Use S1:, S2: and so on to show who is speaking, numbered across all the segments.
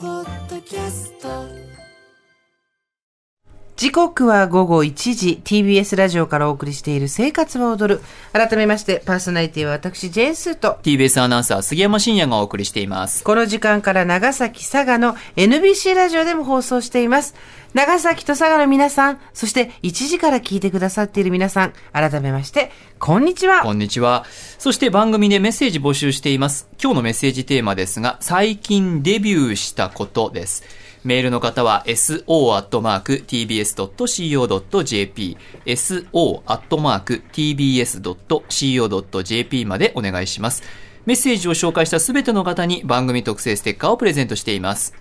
S1: ポッドキャスト
S2: 時刻は午後1時 TBS ラジオからお送りしている「生活は踊る」改めましてパーソナリティは私ジェーンスーと
S3: TBS アナウンサー杉山真也がお送りしています。
S2: この時間から長崎佐賀の NBC ラジオでも放送しています長崎と佐賀の皆さんそして1時から聞いてくださっている皆さん改めましてこんにちは
S3: こんにちは。そして番組でメッセージ募集しています。今日のメッセージテーマですが、最近デビューしたことです。メールの方は so.tbs.co.jp so.tbs.co.jp までお願いします。メッセージを紹介したすべての方に番組特製ステッカーをプレゼントしています。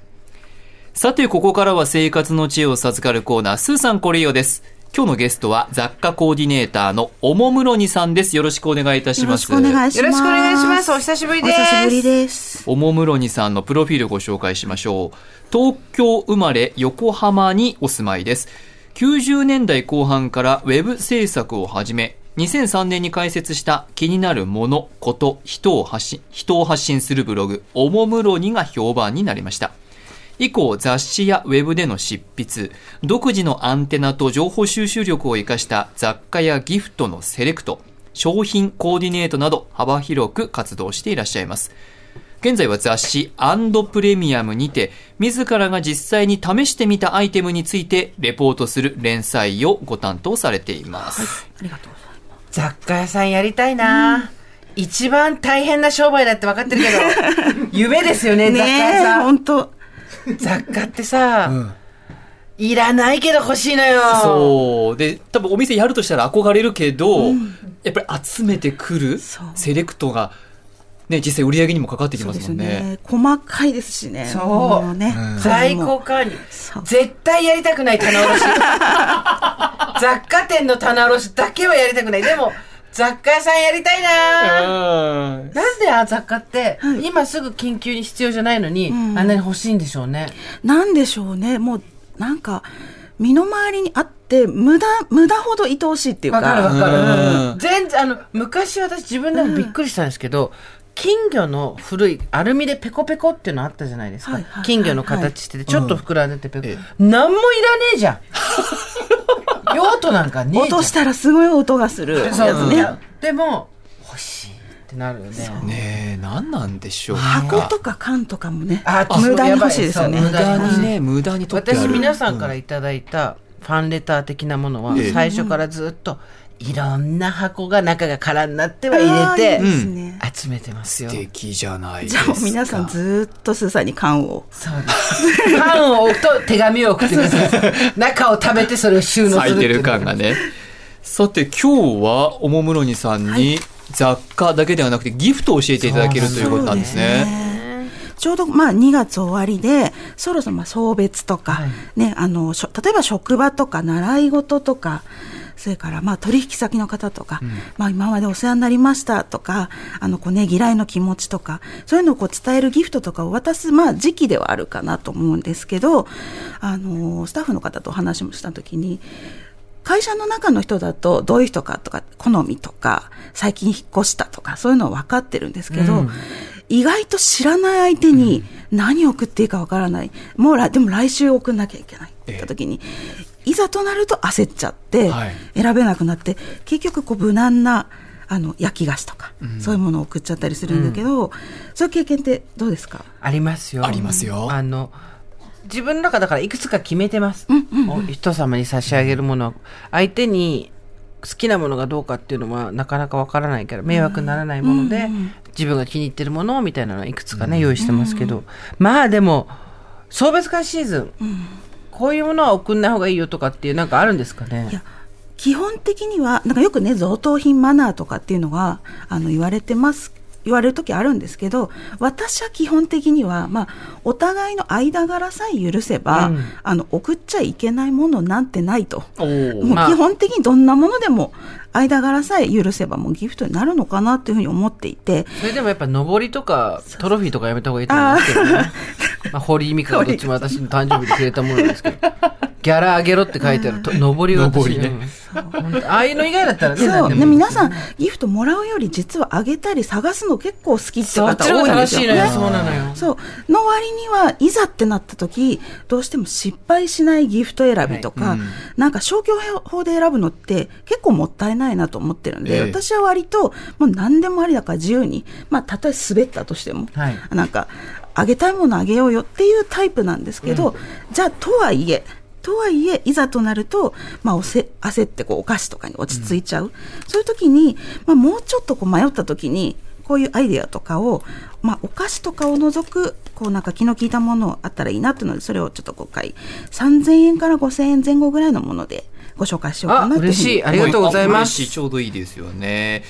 S3: さて、ここからは生活の知恵を授かるコーナー、スーさんコレイよです。今日のゲストは雑貨コーディネーターのおもむろにさんです。よろしくお願いいたします。
S4: よろしくお願いします。
S2: よろしくお願いしますお久しぶり
S4: お
S2: です
S4: 久しぶりです。
S3: おもむろにさんのプロフィールをご紹介しましょう。東京生まれ横浜にお住まいです。90年代後半からウェブ制作を始め、2003年に開設した気になるもの、こと、人を発信、人を発信するブログ、おもむろにが評判になりました。以降、雑誌やウェブでの執筆、独自のアンテナと情報収集力を活かした雑貨やギフトのセレクト、商品コーディネートなど幅広く活動していらっしゃいます。現在は雑誌プレミアムにて、自らが実際に試してみたアイテムについてレポートする連載をご担当されています。
S2: 雑貨屋さんやりたいな、一番大変な商売だって分かってるけど夢ですよね雑貨屋
S4: ねえ、
S2: さん
S4: 本当。
S2: 雑貨ってさ、いらないけど欲しいのよ。
S3: そう。で、多分お店やるとしたら憧れるけど、やっぱり集めてくる
S4: そう
S3: セレクトが、ね、実際売り上げにもかかってき
S4: そう
S3: ま
S4: ですす
S3: もんね。
S4: ね。細かいですしね。
S2: そう
S4: ものね。
S2: 在
S4: 数
S2: 庫
S4: も
S2: 管理。
S4: そう
S2: 絶対やりたくない棚卸し。雑貨店の棚卸しだけはやりたくない。でも、雑貨屋さんやりたいな
S3: うん
S2: なんであ雑貨って、今すぐ緊急に必要じゃないのに、あんなに欲しいんでしょうね。
S4: なんでしょうね。もう、なんか、身の回りにあって、無駄、無駄ほど愛おしいっていう
S2: わかるわ
S4: か。
S2: か
S3: う
S2: る。
S3: ん
S2: 全然、あの、昔私自分でもびっくりしたんですけど、金魚の古いアルミでペコペコっていうのあったじゃないですか。
S4: はいはいはい
S2: 金魚の形してて、ちょっと膨らんでてペコ。
S3: え
S2: なんもいらねえじゃん。 用途なんかねえじゃん。
S4: 落としたらすごい音がするやつ
S2: そうそう
S4: ね。
S2: でも、欲しいってなるよね。
S3: ねえ、何なんでしょうか。
S4: 箱とか缶とかもね
S2: あ、
S4: 無駄に欲しいですよね
S2: そう。
S3: 無駄にね、無駄に取ってある。
S2: 私皆さんからいただいたファンレター的なものは
S3: ええ
S2: 最初からずっといろんな箱が中が空になっては入れ
S4: あーいい
S2: て
S4: ですね。
S2: 集めてますよ
S3: 素。敵じゃないです
S4: じゃ
S3: か。
S4: あもう皆さんずーっとスーさんに缶を。
S2: そうです。缶を置くと手紙を送ってください。中を食べてそれを収納す
S3: 咲
S2: る
S3: い
S2: っていう
S3: る感がね。さて今日はおもむろにさんに雑貨だけではなくてギフトを教えていただけるということなんですね。
S4: ちょうど、まあ、2月終わりで、そろそろまあ送別とか、
S2: はい
S4: ね、あの、しょ例えば職場とか習い事とか、それから、まあ、取引先の方とか、まあ、今までお世話になりましたとか、あの、こうね、嫌いの気持ちとか、そういうのをこう伝えるギフトとかを渡す、まあ、時期ではあるかなと思うんですけど、あの、スタッフの方とお話もしたときに、会社の中の人だとどういう人かとか、好みとか、最近引っ越したとか、そういうのは分かってるんですけど、意外と知らない相手に何を送っていいか分からない。もうら、でも来週送んなきゃいけない。って言った時に、いざとなると焦っちゃって
S3: はい、
S4: 選べなくなって、結局こう無難な、あの、焼き菓子とか、そういうものを送っちゃったりするんだけど、そういう経験ってどうですか
S2: ありますよ。
S3: ありますよ
S2: あの、自分の中だからいくつか決めてます。お人様に差し上げるものは、相手に好きなものがどうかっていうのはなかなかわからないから、迷惑にならないもので、自分が気に入ってるものみたいなのはいくつかね、用意してますけど、まあでも、送別会シーズン、こういうものは送んない方がいいよとかっていうなんかあるんですかね
S4: いや基本的にはなんかよくね贈答品マナーとかっていうのがあの言われてます言われる時あるんですけど私は基本的には、まあ、お互いの間柄さえ許せば、
S2: うん
S4: あの送っちゃいけないものなんてないと。
S3: おー
S4: もう
S2: まあ
S4: 基本的にどんなものでも間柄さえ許せばもうギフトになるのかなっていうふうに思っていて
S2: それでもやっぱ上りとかトロフィーとかやめた方がいいと思いますけどね。まあ、堀井美香がどっちも私の誕生日でくれたものですけど。ギャラあげろって書いてあると上りは私
S3: 上りね
S2: うんああいうの以外だったらね。
S4: そう
S2: 何で
S4: ね
S2: もいい
S4: 皆さんギフトもらうより実はあげたり探すの結構好きって
S2: そっ
S4: 方
S2: ちの
S4: 多
S2: 方
S4: い
S2: が
S4: んで
S2: 楽
S4: す
S2: しい
S4: よ
S2: のよ。
S4: ね。
S2: そうなのよ。
S4: そうの割にはいざってなった時どうしても失敗しないギフト選びとか、
S3: はいうん
S4: なんか消去法で選ぶのって結構もったいないなと思ってるんで、
S3: ええ
S4: 私は割ともう何でもありだから自由に、まあ、たとえ滑ったとしても、
S2: はい
S4: なんかあげたいものあげようよっていうタイプなんですけど、じゃあとはいえとはいえいざとなると、まあ、おせ焦ってこうお菓子とかに落ち着いちゃう、そういう時に、まあ、もうちょっとこう迷った時にこういうアイデアとかを、まあ、お菓子とかを除くこうなんか気の利いたものあったらいいなっていうのでそれをちょっと今回3000円から5000円前後ぐらいのものでご紹介しようかなとい
S2: あ
S4: うふうに
S2: 嬉しいありがとうございます
S3: あ嬉しちょうどいいですよね。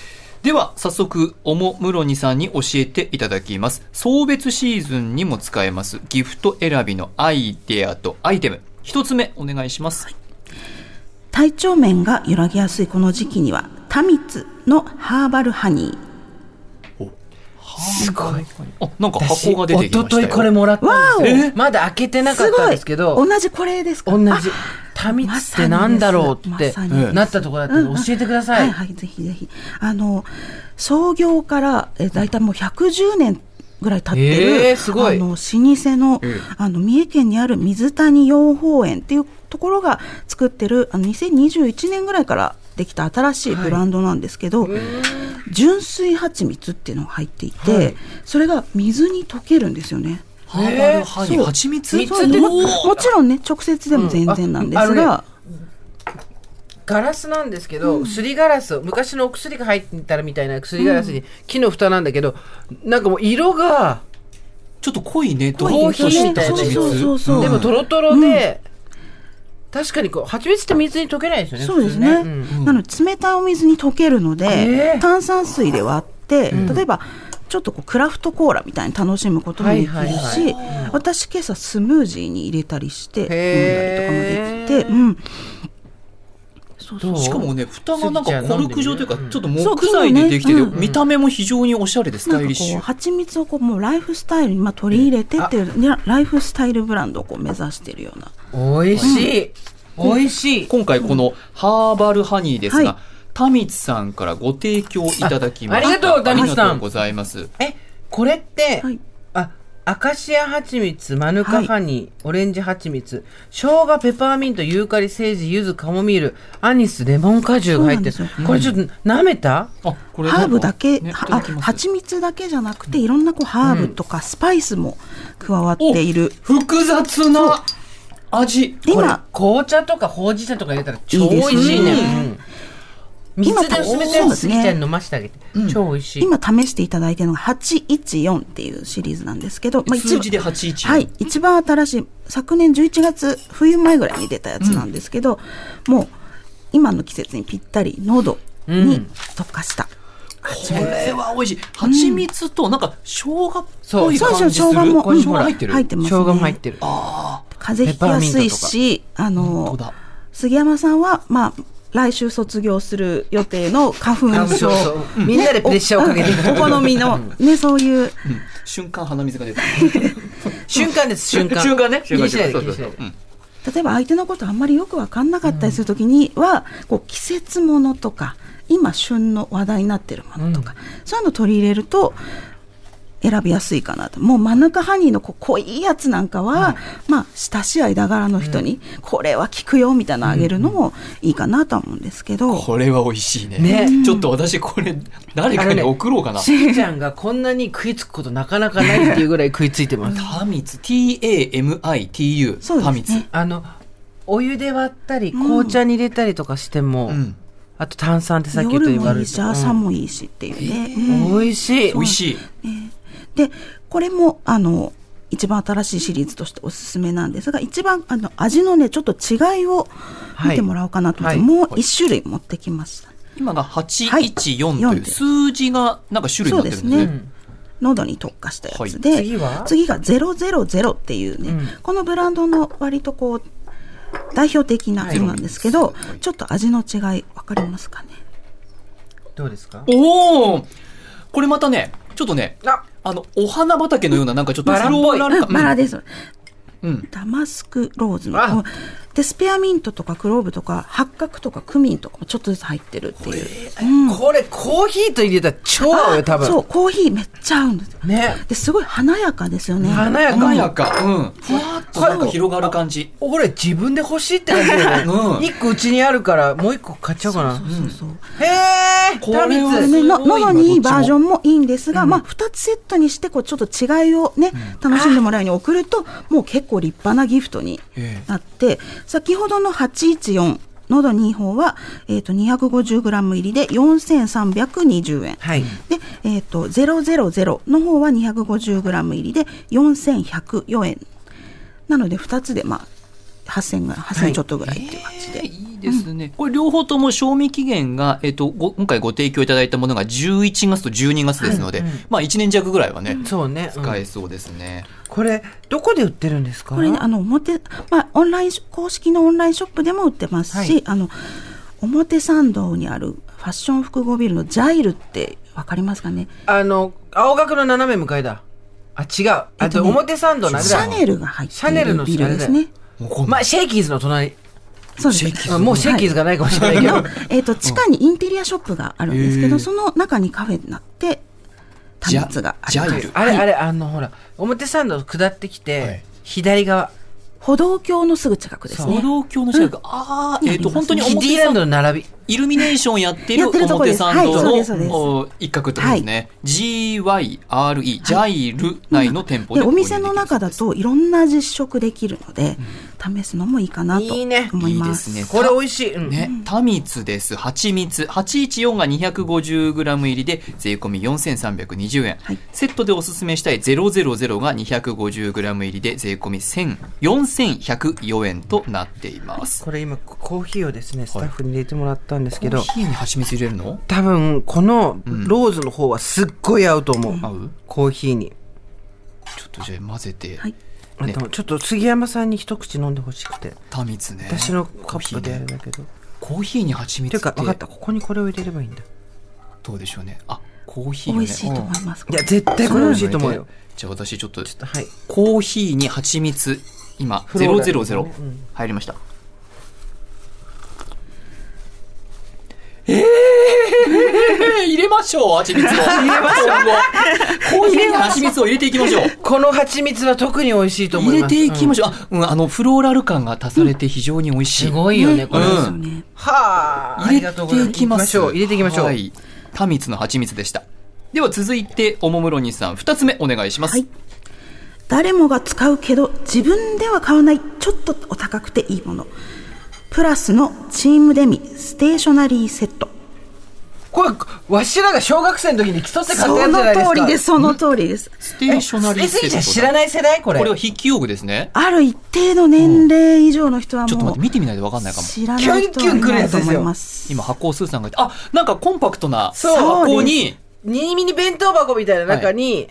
S3: では早速おもむろにさんに教えていただきます送別シーズンにも使えますギフト選びのアイデアとアイテム一つ目お願いします、
S4: 体調面が揺らぎやすいこの時期にはタミツのハーバルハニー
S2: すごい。
S3: あなんか
S2: 私、
S3: 箱が出てき
S2: 一
S3: ました
S2: 昨
S3: よ
S2: 日これもらったんです
S3: わ
S2: よ。まだ開けてなか
S4: す
S2: ったん
S4: ごい
S2: ですけど。
S4: 同じこれですか
S2: 同
S4: あ
S2: じ。タミツってなんだろうって
S4: まさにですまさにです
S2: なったところだったので教えてくださ
S4: はい
S2: い。
S4: はい、ぜひぜひ。あの、創業から、えー、大体もう110年ぐらい経ってる、
S2: えーすごい
S4: あの、老舗の、
S3: ええ
S4: あの、三重県にある水谷養蜂園っていうところが作ってる、あの、2021年ぐらいからできた新しいブランドなんですけど、純粋蜂蜜っていうのが入っていて、それが水に溶けるんですよね。
S3: ハーバルハニー蜂蜜
S2: 蜜
S4: そ
S2: っ
S4: う
S2: て
S4: も
S2: どう
S4: もちろんね直接でも全然なんですが、
S2: うんああガラスなんですけど、すりガラスを昔のお薬が入ってたらみたいなすりガラスに木の蓋なんだけど、なんかもう色が
S3: ちょっと濃いねド
S2: 濃い
S3: ロッとした
S2: ね
S3: 蜂蜜
S4: そうそうそう
S2: でも
S3: と
S2: トロトロで、確かにこう蜂蜜って水に溶けないですよね
S4: そうです
S2: 普
S4: ね。
S2: 通うん
S4: なので冷たいお水に溶けるので、
S2: ええ
S4: 炭酸水で割って、例えばちょっとこうクラフトコーラみたいに楽しむこともできるし、
S2: はいはい
S4: 私今朝スムージーに入れたりして飲ん
S2: へ
S4: だ
S2: え
S4: りとかもできて、
S2: どう
S3: しかもね蓋がなんかコルク状というかちょっと
S4: そう
S3: 木材でできてて、
S4: そう木のねうん
S3: 見た目も非常におしゃれでス
S4: うん、な
S3: タ
S4: ん
S3: イ
S4: か
S3: リッシ
S4: こ
S3: ュ
S4: う蜂蜜をこうもうライフスタイルにまあ取り入れてっていう、ねライフスタイルブランドをこう目指してるような。
S2: 美味しい、美味しい、
S3: 今回このハーバルハニーですが、
S4: はい
S3: タミツさんからご提供いただきました
S2: あありがとうタミツさん
S3: ありがとうございます
S2: えこれって、
S4: はい
S2: あアカシア蜂蜜マヌカハニー、オレンジ蜂蜜生姜ペパーミントユーカリセージ柚子カモミールアニスレモン果汁が入ってる
S4: そうなんです
S2: これちょっと舐めた、
S3: あこれ
S4: ハーブだけ、
S3: ねいた
S4: はあ
S3: だきます
S4: 蜂蜜だけじゃなくていろんなこうハーブとかスパイスも加わっている、
S3: 複雑な味
S4: 今
S2: これ紅茶とかほうじ茶とか入れたら超美味しいね
S4: いいです
S2: うん水で薄めたや
S4: 今
S2: つすぎちゃんに飲ましてあげて、超美味しい
S4: 今試していただいてるのが814っていうシリーズなんですけど、まあ、一
S3: 数
S4: 番
S3: 字で814、
S4: はい、一番新しい昨年11月冬前ぐらいに出たやつなんですけど、もう今の季節にぴったり喉に特化した、
S3: これは美味しい蜂蜜となんか生姜っぽ
S2: そう
S3: い感じする、
S4: そう生姜も
S3: これ
S4: うん
S3: 生姜入ってる、
S4: 入っ
S2: 生
S4: てますね
S2: 姜も入ってる
S4: 風邪ひきやすいしあ
S3: 本
S4: の
S3: 当だ
S4: 杉山さんはまあ来週卒業する予定の花粉症
S2: 花粉症うんみんなでプレッシャーをかけて
S4: ねおお好みの、ね、そういう
S3: 瞬間鼻水が出た
S2: 瞬間です瞬間
S3: 瞬間ね
S2: 気にしないで気にしないで
S3: うん
S4: 例えば相手のことあんまりよく分かんなかったりするときには、こう季節ものとか今旬の話題になってるものとか、そういうのを取り入れると選びやすいかなともうマヌカハニーのこう濃いやつなんかは、まあ親しい間柄の人に、これは効くよみたいなのあげるのもいいかなとは思うんですけど、
S3: これは美味しいね
S2: ね
S3: ちょっと私これ誰かに送ろうかな、
S2: しーちゃんがこんなに食いつくことなかなかないっていうぐらい食いついてます
S3: タミツ TAMITU
S4: そう
S3: タ
S4: で
S3: ミ
S4: す
S3: ツ
S4: ね
S2: あのお湯で割ったり紅茶に入れたりとかしても、
S3: うん
S2: あと炭酸ってさっき言った
S4: 夜
S2: 言わ
S4: もい
S2: れ
S4: い
S2: る
S4: し
S2: と
S4: 朝もいいしっていうね。うん
S2: うん美味しい
S3: 美味しい
S4: でこれもあの一番新しいシリーズとしておすすめなんですが一番あの味のねちょっと違いを見てもらおうかなと思って、
S2: はい
S4: もう一種類持ってきました、
S3: 今が814
S4: は
S3: と
S4: い
S3: いう数字がなんか種類になってるんですね。
S4: そうですね喉に特化したやつで、
S2: はい次は
S4: 次が000っていうね、このブランドの割とこう代表的なそうなんですけど、ちょっと味の違いわかりますかね
S2: どうですか
S3: おおこれまたね、ちょっとね、
S2: あ
S3: あの、お花畑のようななんかちょっとフローラル
S4: うんバラ
S3: 感。
S4: です、
S3: うん。
S4: ダマスクローズの
S2: あ
S4: うんでスペアミントとかクローブとか八角とかクミンとかもちょっとずつ入ってるっていう、うん
S2: これコーヒーと入れたら超合うよ多分
S4: そうコーヒーめっちゃ合うんですよ
S2: ね
S4: ですごい華やかですよね
S2: 華やか
S3: 華やか。うん。ふわっとなんか広がる感じ。
S2: これ自分で欲しいって感じだよ
S3: うん
S2: ね一 個うちにあるからもう一個買っちゃおうかな
S4: そうそう
S2: へえ
S3: これは
S4: それ
S3: すご
S4: ね、
S3: い
S4: の
S3: 今
S4: 喉にいい
S3: どっちも
S4: バージョンもいいんですが、まあ、2つセットにしてこうちょっと違いをね、楽しんでもらうように送るともう結構立派なギフトに
S3: え
S4: なって先ほどの814喉にいい方は、えー、と 250g 入りで4320円。
S2: はい
S4: で、えっ、と、000の方は 250g 入りで4104円。なので、2つで、まあ、8000ぐらい、8000ちょっとぐらいっていう感じで。
S3: えいいですね、これ両方とも賞味期限が、えっとご今回ご提供いただいたものが11月と12月ですので、まあ1年弱ぐらいはね、
S2: そうねうん
S3: 使えそうですね、
S2: これどこで売ってるんですか
S4: これね、あの、表、まあ、オンライン、公式のオンラインショップでも売ってますし、
S2: はい
S4: あの、表参道にあるファッション複合ビルのジャイルってわかりますかね
S2: あの青学の斜め向かいだあ違うあ
S4: えっと
S2: と
S4: ね
S2: 表参道のあれ
S4: シ
S2: だ
S4: ャネルが入っ
S2: シャ
S4: て
S2: ネル
S4: る
S2: の
S4: ビルです
S2: あれ
S4: ね。
S2: まあシェイキーズの隣
S4: そうです。
S2: うんもうシェイキーズがないかもしれないけど
S4: の、えっと、地下にインテリアショップがあるんですけど、その中にカフェになって、
S3: ジャ
S4: 端末があ
S3: ジ
S4: り
S3: ャ
S4: ま
S3: イル
S4: す。
S2: あれあれあのほら表参道下ってき
S3: はい
S2: て左側
S4: 歩道橋のすぐ近くです
S3: 歩
S4: ね。
S3: 道橋の近く、ああえっ、と
S4: ありま
S3: 本
S4: すね
S3: 当に
S2: キデ
S3: 表
S2: ィラン
S3: 参
S2: ド
S3: 道
S2: の並び
S3: イルミネーションやってる
S4: やってるとこ
S3: 表
S4: です
S3: 参道の
S4: はいそうですそう
S3: お一角ってことですね、GYRE ジャイル内の店舗で
S4: でお店の
S3: 購入できる
S4: 中だといろんな実食できるので、試すのもいいかなと思
S2: い
S4: い
S2: いね
S4: ま
S3: いいです
S4: す。
S3: ね
S2: これ美味しいうん
S3: ね、タミツです。蜂蜜。814が 250g 入りで税込み4320円、
S4: はい
S3: セットでおすすめしたい000が 250g 入りで税込み4104円となっています。
S2: これ今コーヒーをですねスタッフに入れてもらったんですけど
S3: ヒーに蜂蜜入れるの
S2: 多分このローズの方はすっごい合うと思う、
S3: 合う
S2: コーヒーに
S3: ちょっとじゃあ混ぜて、
S4: はい
S2: あとちょっと杉山さんに一口飲んでほしくて
S3: タミツね。
S2: 私のカップであれだけど、
S3: コーヒーに蜂
S2: て
S3: 蜜
S2: いうか
S3: って
S2: 分かったここにこれを入れればいいんだ
S3: どうでしょうね。あ、コーヒー
S4: 美
S3: よね。
S4: 味しいと思います。
S2: いや絶対これ美味しいと思うよ。
S3: じゃあ私ちょっと
S2: ちょっとはい
S3: コーヒーに蜂蜜今
S2: ローラル
S3: 000入りました、ええ ー、入れましょう 蜂蜜を入れましょうコーヒーに蜂蜜を入れていきましょう
S2: この蜂蜜は特に美味しいと思
S3: 入
S2: い
S3: れ
S2: ます
S3: ていきましょう、あ、うん、あのフローラル感が足されて非常に美味しい、
S2: すごいよねこれ、
S4: そう
S3: うん
S4: ですよね。
S2: はああ
S3: 入
S2: り
S3: れ
S2: がとう
S3: て
S2: ござ
S3: いきます
S2: ましょう入れていきましょう、
S3: はいタミツの蜂蜜でしたでは続いておもむろにさん二つ目お願いします、
S4: はい誰もが使うけど自分では買わないちょっとお高くていいもの。プラスのチームデミステーショナリーセット。
S2: これわしらが小学生の時に競って買っ
S4: そ
S2: たやつじゃな
S4: の
S2: いですか
S4: 通りです、その通りです。
S3: ステーショナリー
S2: えすぎ
S3: セッ
S2: ち
S3: ト
S2: ゃん
S3: だ
S2: 知らない世代これ
S3: これは筆記用具ですね
S4: ある一定の年齢以上の人は
S3: ちょっと
S4: も
S3: 待っ
S4: う
S3: て見てみないと分かんないかも
S4: 知らない人はいないと思います。
S3: 今発行数さんがいてあなんかコンパクトな
S2: そう
S3: 箱に
S2: にミニ弁当箱みたいな中に、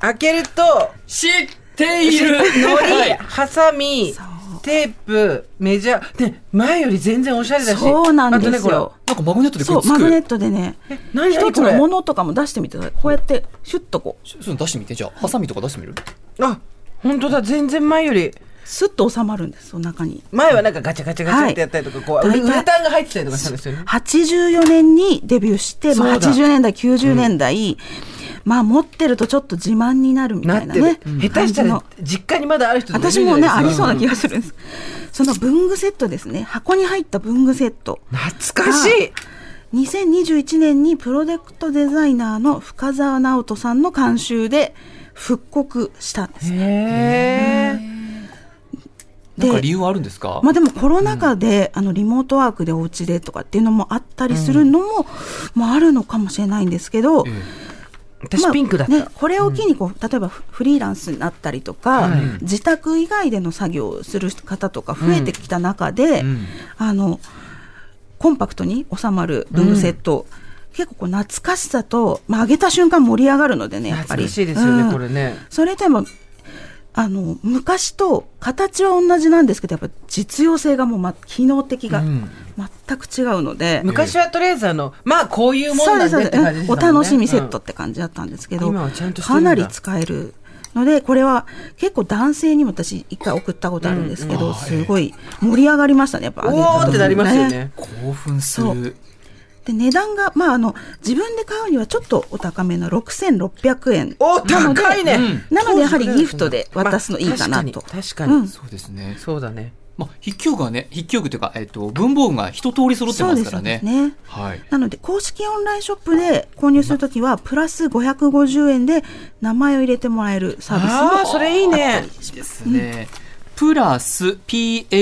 S2: 開けると
S3: 知っている
S2: の
S3: は
S2: り、
S3: い
S2: ハサミ、テープ、メジャー。ね、前より全然おしゃれだし。
S4: そうなんですよ
S2: あとね、こ
S3: なんかマグネットで
S4: そ
S3: くっ
S4: う、
S3: つ
S4: マグネ
S3: く
S4: ットでね、
S2: 何
S4: 一つ
S2: こ
S4: の
S2: れ
S4: ものとかも出してみてください。こうやって、シュッとこう、
S3: ちょそういうの出してみてじゃあハサミとか出してみる
S2: れ。あ、本当だ、全然前より。
S4: スッと収まるんです、その中に。
S2: 前はなんかガチャガチャガチャってやったりとか、こう、
S4: はい
S2: ウレタンが入ってたりとかしたんですよね。
S4: 84年にデビューして、まあ、
S2: そうだ
S4: 80年代、90年代、まあ持ってるとちょっと自慢になるみ
S2: な
S4: た
S2: っ
S4: いな
S2: て
S4: ね
S2: る。。下手した
S4: 感
S2: ら
S4: じの、
S2: 実家にまだある人とかいる
S4: 私
S2: じゃ
S4: も
S2: い
S4: ね、
S2: ですか
S4: ありそうな気がするんです。その文具セットですね。箱に入った文具セット。
S2: 懐かしい
S4: 2021年にプロダクトデザイナーの深澤直人さんの監修で復刻したんですね。
S2: へー。
S3: なんか理
S4: で、
S3: 由はあるんですか、
S4: まあでもコロナ禍で、あのリモートワークでお家でとかっていうのもあったりするのも、まああるのかもしれないんですけど、ま
S2: 私
S4: あ
S2: ピンクだった。
S4: ね、これを機にこう、例えばフフリーランスになったりとか、自宅以外での作業をする方とか増えてきた中で、あの、コンパクトに収まるルームセット、結構こう懐かしさと、まあ、上げた瞬間盛り上がるのでねやっぱり
S2: 懐かしいですよね
S4: うん
S2: これね
S4: それともあの昔と形は同じなんですけどやっぱ実用性がもう、ま、機能的が全く違うので、
S2: 昔はとりあえずあのまあこういうもんなん
S4: そう
S2: でっ
S4: で
S2: て
S4: すそう
S2: 感
S4: で
S2: じですす
S4: お
S2: もんね
S4: 楽しみセットって感じだったんですけど、
S2: 今はちゃんとしてる
S4: か
S2: んだ
S4: なり使えるのでこれは結構男性にも私一回送ったことあるんですけど、すごい盛り上がりましたねやっぱ
S2: うん
S4: 上
S2: おーって
S4: げた時
S2: なりますよね
S3: 興奮す
S4: そ
S3: る
S4: うで値段が、まあ、あの自分で買うにはちょっとお高めの6600円
S2: お
S4: なので
S2: 高いね
S4: うんなのでやはりギフトで渡すのいいかなと、
S2: まあ確かに確かに
S4: うん
S3: そうですね、
S2: そうだね
S3: まあ、筆記用具がね筆記用具というか、えっと、文房具が一通り揃って
S4: そ
S3: ま
S4: う
S3: す
S4: で
S3: か
S4: す
S3: らね
S4: よね
S3: はい
S4: なので公式オンラインショップで購入するときはプラス550円で名前を入れてもらえるサービスも
S2: ああそれいいね
S3: ですね、プラス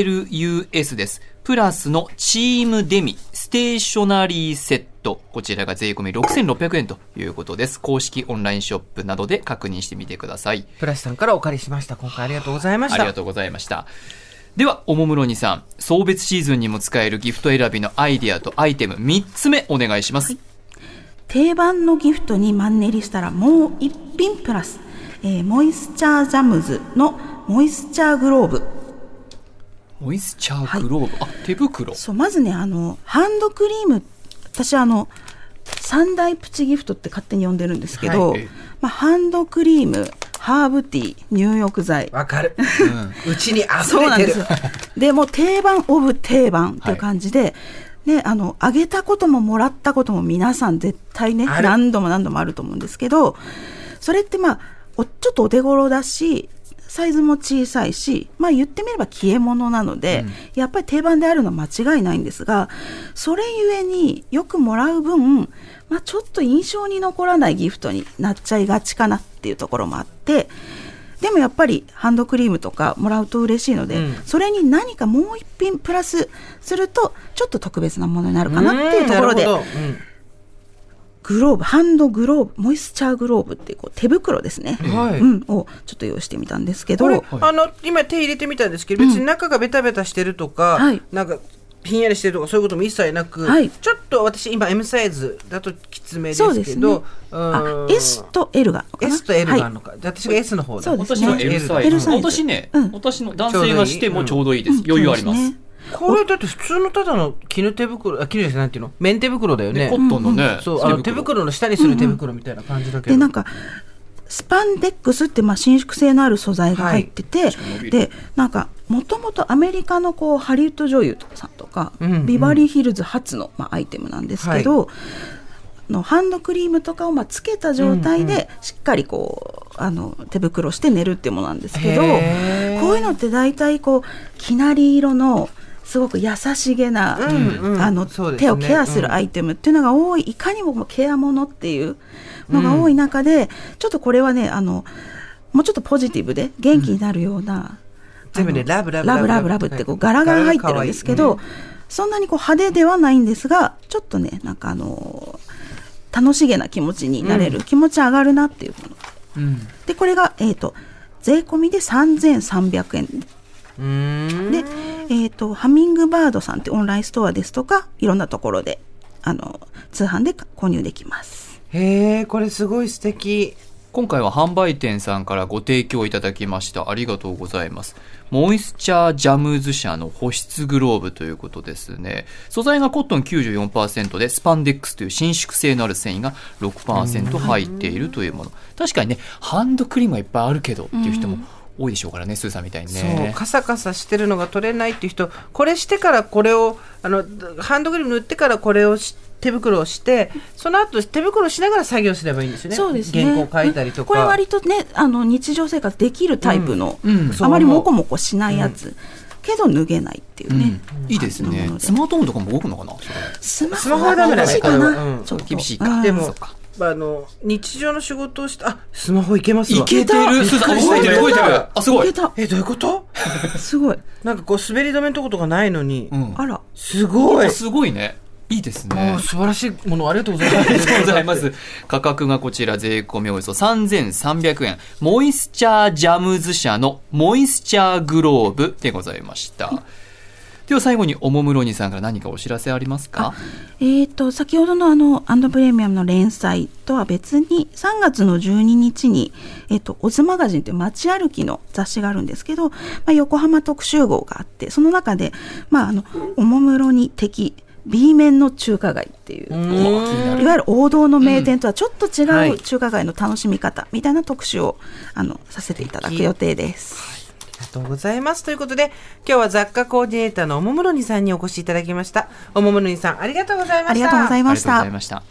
S3: PLUS ですプラスのチームデミステーショナリーセットこちらが税込み6600円ということです公式オンラインショップなどで確認してみてください
S2: プラスさんからお借りしました今回ありがとうございまし
S3: ありが
S2: た
S3: とうございました。では、おもむろにさん、送別シーズンにも使えるギフト選びのアイディアとアイテム3つ目お願いします。
S4: 定番のギフトにマンネリしたらもう一品プラス、えーモイスチャージャムズのモイスチャーグローブ
S3: モイスチャーグローブ、あ、手袋。
S4: そうまずねあのハンドクリーム私あの三大プチギフトって勝手に呼んでるんですけど、
S3: はい
S4: まあ、ハンドクリームハーブティー入浴剤
S2: わかるうちに溢
S4: そうなん
S2: れ
S4: で
S2: て
S4: す
S2: る
S4: よ。 でもう定番オブ定番っていう感じで、ね、あの、あげたことももらったことも皆さん絶対ね、
S2: ある
S4: 何度も何度もあると思うんですけど、それってまあ、おちょっとお手頃だし、サイズも小さいし、まあ言ってみれば消え物なので、やっぱり定番であるのは間違いないんですが、それゆえによくもらう分、まあちょっと印象に残らないギフトになっちゃいがちかなっていうところもあって、でもやっぱりハンドクリームとかもらうと嬉しいので、
S2: うん
S4: それに何かもう一品プラスするとちょっと特別なものになるかなっていうところで
S2: うんなるほどうん
S4: グローブハンドグローブモイスチャーグローブっていうこう手袋ですね、
S2: はい
S4: うん、をちょっと用意してみたんですけど
S2: これ、あの今手入れてみたんですけど別に中がベタベタしてるとか、
S4: はい
S2: なんかひんやりしてるとかそういうことも一切なく、
S4: はい
S2: ちょっと私今 M サイズだときつめで
S4: そう
S2: す
S4: で
S2: け
S4: すね
S2: ど、う
S4: あ
S2: ーん
S4: S と L があるのかな
S2: S と L があ
S4: は
S2: る
S4: い
S2: のか、じゃあ私が S の方だ
S4: そうですね
S3: 私は L サイズ。
S4: L サイズ
S3: 私ね、
S4: うん
S3: 私の男性がしてもちょうどいいです。
S4: うん
S3: 余裕あります。
S4: そうでね
S2: これだって普通のただの絹手袋あ絹ですなんていうの綿手袋だよ
S3: で
S2: ね
S3: コットンのね、
S2: そうあの手袋の下にする手袋みたいな感じだけど、
S4: でなんかスパンデックスってまあ伸縮性のある素材が入ってて、
S3: びる
S4: でなんかもともとアメリカのこうハリウッド女優さんとか、
S2: うんうん
S4: ビバリーヒルズ発の、まあ、アイテムなんですけど、あのハンドクリームとかをまあつけた状態でしっかりこうあの手袋して寝るっていうものなんですけどこう
S2: へー
S4: いうのって大体こうきなり色のすごく優しげな、
S2: うんうん
S4: あの
S2: そうですね
S4: 手をケアするアイテムっていうのが多い、いかにももうケアものっていうのが多い中で、ちょっとこれはねあのもうちょっとポジティブで元気になるような、
S2: 全部ね
S4: あの
S2: ラブラブ
S4: ラブラブ
S2: ラ
S4: ラ
S2: ブ
S4: ブ
S2: っ
S4: っててこう柄が入ってるんですけど、
S2: 柄が
S4: そんなにこう派手ではないんですがちょっとねなんかあの楽しげな気持ちになれる、気持ち上がるなっていうもの
S3: うん
S4: でこれが、えー、と税込みで3300円
S2: うーん
S4: で、えー、とハミングバードさんってオンラインストアですとかいろんなところであの通販で購入できます。
S2: へえこれすごい素敵
S3: 今回は販売店さんからご提供いただきました。ありがとうございます。モイスチャージャムズ社の保湿グローブということですね。素材がコットン94%で、スパンデックスという伸縮性のある繊維が6%入っているというもの。確かにね、ハンドクリームはいっぱいあるけどっていう人も多いでしょうからね、スーさんみたいに
S2: そう
S3: ね。
S2: カサカサしてるのが取れないっていう人これしてからこれをあのハンドクリーム塗ってからこれをし手袋をしてその後手袋をしながら作業すればいいんですよね原稿書いたりとか、
S4: これ割とねあの日常生活できるタイプの、
S3: うん
S2: そう
S4: あまりもこもこしないやつ、けど脱げないっていう
S3: うん
S4: ね、
S3: いいです
S4: な
S3: ね
S4: もの。で
S3: スマートフォンとかも動くのかな
S4: スマ
S2: スマホはダメだね
S4: 厳しいか
S2: これは
S4: な、
S2: うん
S4: ちょっと
S3: 厳しいか
S4: うん
S2: で
S3: そ
S2: も
S3: うか
S2: あの日常の仕事をしてあスマホいけますわ
S4: けた
S3: る。スーさん、
S2: びっく
S3: 動い
S2: りし
S3: て
S2: た
S3: る、動いてる。あ、すご
S4: い
S3: い
S4: け。た
S2: えどういうこと
S4: すごい
S2: なんかこう滑り止めのとことかないのに、
S3: うん
S4: あら
S2: すごい
S3: すごいね。いいですね
S2: あ。素晴らしいも のありがとうございます
S3: ありがとうございます。価格がこちら税込みおよそ3300円。モイスチャージャムズ社のモイスチャーグローブでございました。ででは最後におもむろにさんから何かお知らせありますか
S4: えー、と先ほどのあのアンドプレミアムの連載とは別に3月の12日に、えー、とオズマガジンという街歩きの雑誌があるんですけど、まあ、横浜特集号があってその中で、まあ、あのおもむろに敵 B 面の中華街っていう
S3: うわ気になる
S4: いわゆる王道の名店とはちょっと違
S2: は
S4: う
S2: い
S4: 中華街の楽しみ方みたいな特集をあのさせていただく予定です。
S2: ありがとうございます。ということで、今日は雑貨コーディネーターのおもむろにさんにお越しいただきました。おもむろにさん、ありがとうございました。
S4: ありがとうござい
S3: あ
S4: ま
S3: り
S4: し
S3: がとうござい。
S4: た
S3: ました